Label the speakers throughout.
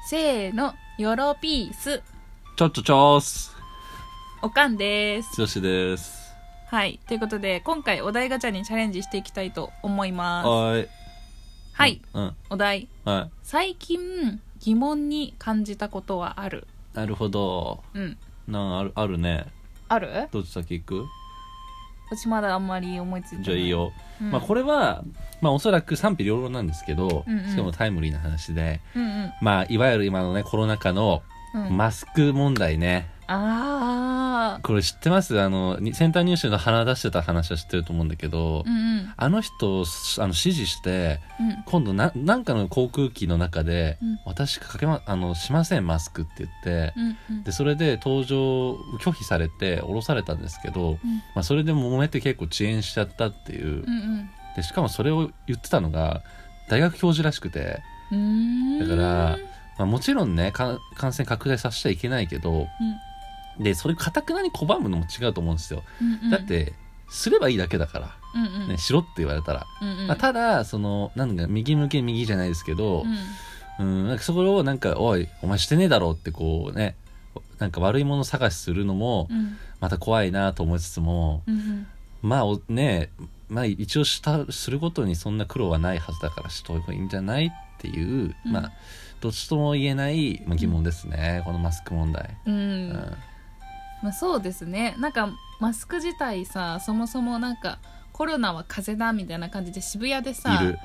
Speaker 1: せーの、ヨロピース。
Speaker 2: ちょっちょちょーす。
Speaker 1: おかんです。
Speaker 2: つよしです。
Speaker 1: はい。ということで、今回お題ガチャにチャレンジしていきたいと思いま
Speaker 2: はーい。
Speaker 1: す。はい。。
Speaker 2: うん。
Speaker 1: お題。
Speaker 2: は
Speaker 1: 最近、疑問に感じたことはある。
Speaker 2: い。なるほど。
Speaker 1: うん。
Speaker 2: なんある、あるね。
Speaker 1: ある
Speaker 2: どっち先行く
Speaker 1: 私まだあんまり思いついてない。
Speaker 2: じゃあいい。よ。
Speaker 1: うん、
Speaker 2: まあこれは、まあおそらく賛否両論なんですけど、
Speaker 1: うんうん
Speaker 2: しかもタイムリーな話で、
Speaker 1: うんうん。
Speaker 2: まあいわゆる今のね、コロナ禍の
Speaker 1: うん、
Speaker 2: マスク問題ね。
Speaker 1: ああ。
Speaker 2: これ知ってますあの、にセンター入試の鼻出してた話は知ってると思うんだけど、
Speaker 1: うんうん。
Speaker 2: あの人をしあの指示して、
Speaker 1: うん。
Speaker 2: 今度ななんかの航空機の中で、
Speaker 1: うん
Speaker 2: 私かけまあのしませんマスクって言って、
Speaker 1: うんうん。
Speaker 2: でそれで搭乗拒否されて降ろされたんですけど、
Speaker 1: うん
Speaker 2: まあ、それで揉めて結構遅延しちゃったっていう
Speaker 1: うんうん。
Speaker 2: でしかもそれを言ってたのが大学教授らしくて、
Speaker 1: うーん
Speaker 2: だからまあ、もちろんねかん感染拡大させちゃいけないけどでそれかたくなに拒むのも違うと思うんですよ
Speaker 1: うんうんうん、
Speaker 2: だっ、て、すればいいだけだから、
Speaker 1: うんうん
Speaker 2: ね、しろって言われたら、
Speaker 1: うんうん、
Speaker 2: まあ、ただそのなんか右向け右じゃないですけど、
Speaker 1: うん
Speaker 2: うん、なんかそこをなんか、おい、お前してねえだろってこうね、なんか悪いもの探しするのも
Speaker 1: う、ん
Speaker 2: また怖いなと思いつつも、
Speaker 1: うんうん
Speaker 2: まあおね、まあ一応した、することにそんな苦労はないはずだからしといた方がいいんじゃないっていう、
Speaker 1: うん
Speaker 2: まあ、どっちとも言えないまあ疑問ですね、このマスク問題。
Speaker 1: う
Speaker 2: うんん。
Speaker 1: まあ、そうですねなんかマスク自体さそもそもなんかコロナは風邪だみたいな感じで渋谷でさ
Speaker 2: いる。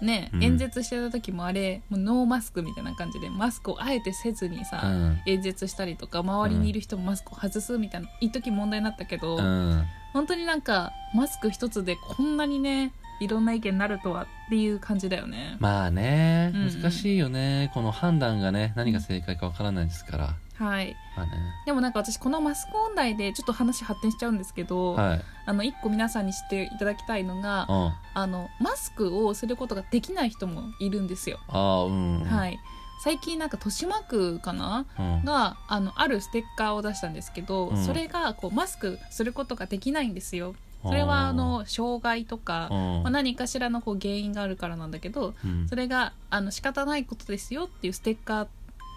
Speaker 1: ね、
Speaker 2: うん
Speaker 1: 演説してた時もあれもうノーマスクみたいな感じでマスクをあえてせずに
Speaker 2: う
Speaker 1: さ、
Speaker 2: ん。
Speaker 1: 演説したりとか周りにいる人もマスクを外すみたいな一時問題になったけど、
Speaker 2: うん。
Speaker 1: 本当になんかマスク一つでこんなにねいろんな意見になるとはっていう感じだよね、
Speaker 2: まあね、
Speaker 1: うんうん
Speaker 2: 難しいよね。この判断がね、何が正解かわからないですから。
Speaker 1: はい
Speaker 2: まあね。
Speaker 1: でもなんか私このマスク問題でちょっと話発展しちゃうんですけど、
Speaker 2: はい。
Speaker 1: あの一個皆さんに知っていただきたいのが
Speaker 2: うん。あ
Speaker 1: あのマスクをすることができない人もいるんですよ、
Speaker 2: あ、うん。。
Speaker 1: はいい最近なんか豊島区かな
Speaker 2: うん。
Speaker 1: があのあるステッカーを出したんですけど、
Speaker 2: うん
Speaker 1: それがこうマスクすることができないんですよそれはあの障害とか、
Speaker 2: うん、
Speaker 1: まあ、何かしらのこう原因があるからなんだけど
Speaker 2: うん
Speaker 1: それがあの仕方ないことですよっていうステッカー、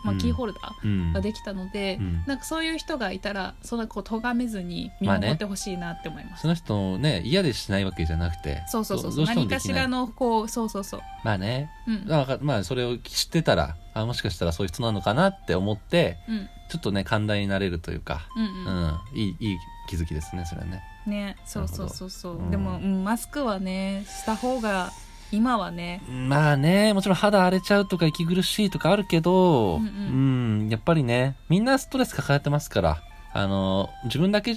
Speaker 1: まあ、
Speaker 2: うん
Speaker 1: キーホルダ
Speaker 2: うん
Speaker 1: ーができたので、
Speaker 2: うん
Speaker 1: なんかそういう人がいたらそんなこう咎めずに見
Speaker 2: まあね
Speaker 1: 守ってほしいなって思います、
Speaker 2: その人をね嫌でしないわけじゃなくて
Speaker 1: そうそうそう
Speaker 2: ど
Speaker 1: そう
Speaker 2: どしても
Speaker 1: 何
Speaker 2: で
Speaker 1: か
Speaker 2: き
Speaker 1: し
Speaker 2: ない
Speaker 1: らのこうそうそうそう、
Speaker 2: まあね
Speaker 1: うん
Speaker 2: まあわかまあそれを知ってたらあもしかしたらそういう人なのかなって思って
Speaker 1: うん
Speaker 2: ちょっとね寛大になれるというか、
Speaker 1: うん
Speaker 2: う
Speaker 1: うんん
Speaker 2: いいいい気づきですねそれはね
Speaker 1: ねそうそうそうそう、
Speaker 2: うん
Speaker 1: でも、うんマスクはねした方が今はね
Speaker 2: まあねもちろん肌荒れちゃうとか息苦しいとかあるけど、
Speaker 1: うん
Speaker 2: うんやっぱりねみんなストレス抱えてますからあの自分だけ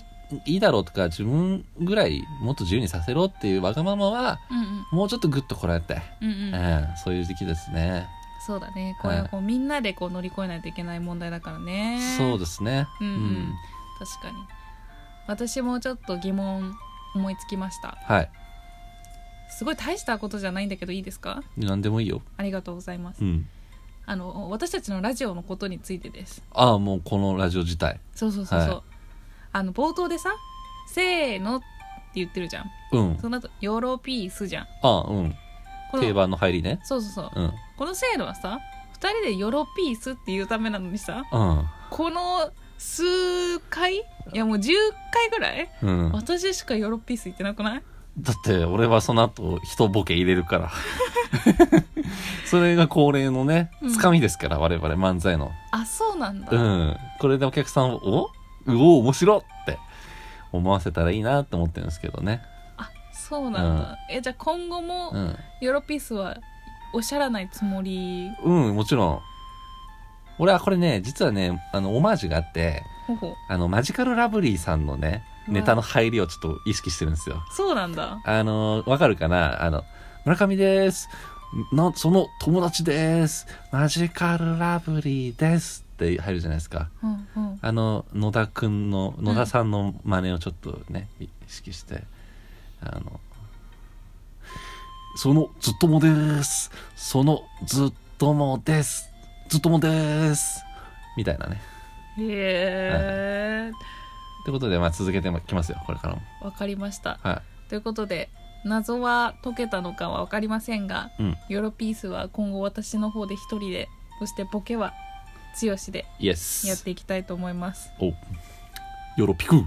Speaker 2: いいだろうとか自分ぐらいもっと自由にさせろっていうわがままは
Speaker 1: うんうん
Speaker 2: もうちょっとグッとこらえて、
Speaker 1: うんうん
Speaker 2: うん、そういう時期ですね。
Speaker 1: そうだねこれはこうみんなでこう乗り越えないといけない問題だからね
Speaker 2: そうですね。
Speaker 1: うんうん確かに私もちょっと疑問思いつきました
Speaker 2: はい。
Speaker 1: すごい大したことじゃないんだけどいいですか
Speaker 2: 何でもいいよ。
Speaker 1: ありがとうございます、
Speaker 2: うん。
Speaker 1: あの私たちのラジオのことについてです
Speaker 2: ああ、もうこのラジオ自体。
Speaker 1: そうそうそうそう、
Speaker 2: はい
Speaker 1: あの冒頭でさ「せーの」って言ってるじゃん
Speaker 2: うん。
Speaker 1: その後ヨーロピース」じゃん
Speaker 2: ああ、うん。
Speaker 1: この
Speaker 2: 定番の入りね。
Speaker 1: そうそうそう
Speaker 2: うん。うん。
Speaker 1: この「せーの」はさ2人で「ヨーロピース」って言うためなのにさこの数回いやもう10回ぐらい
Speaker 2: うん。
Speaker 1: 私しかヨーロピース言ってなくない
Speaker 2: だって、俺はその後、人ボケ入れるから。それが恒例のね
Speaker 1: う、ん
Speaker 2: つかみですから、我々漫才の。
Speaker 1: あそうなんだ、
Speaker 2: うん。これでお客さんを、おうお、面白って思わせたらいいなって思ってるんですけどね。
Speaker 1: あそうなんだ、えじゃあ今後も
Speaker 2: うん。
Speaker 1: ヨーロピースはおしゃらないつもり
Speaker 2: うん、もちろん。俺はこれね、実はね、あの、オマージュがあって、
Speaker 1: ほほ
Speaker 2: あの、マジカルラブリーさんのね、
Speaker 1: うわ
Speaker 2: ネタの入りをちょっと意識してるんですよ。
Speaker 1: そうなんだ
Speaker 2: あの、わかるかなあの、村上です。な、その友達です。マジカルラブリーです。って入るじゃないですか。
Speaker 1: うんうん
Speaker 2: あの、野田くんの、野田さんの真似をちょっとね、意識して、あの、そのずっともです。そのずっともです。ずっともです。みたいなね。
Speaker 1: へえ
Speaker 2: ということで、まあ続けてきますよ、これからも。
Speaker 1: わかりました
Speaker 2: はい。
Speaker 1: ということで謎は解けたのかは分かりませんが、
Speaker 2: うん
Speaker 1: ヨーロピースは今後私の方で一人でそしてボケは強しで
Speaker 2: イエ
Speaker 1: やっ
Speaker 2: ス。
Speaker 1: ていきたいと思います
Speaker 2: お。よろぴく。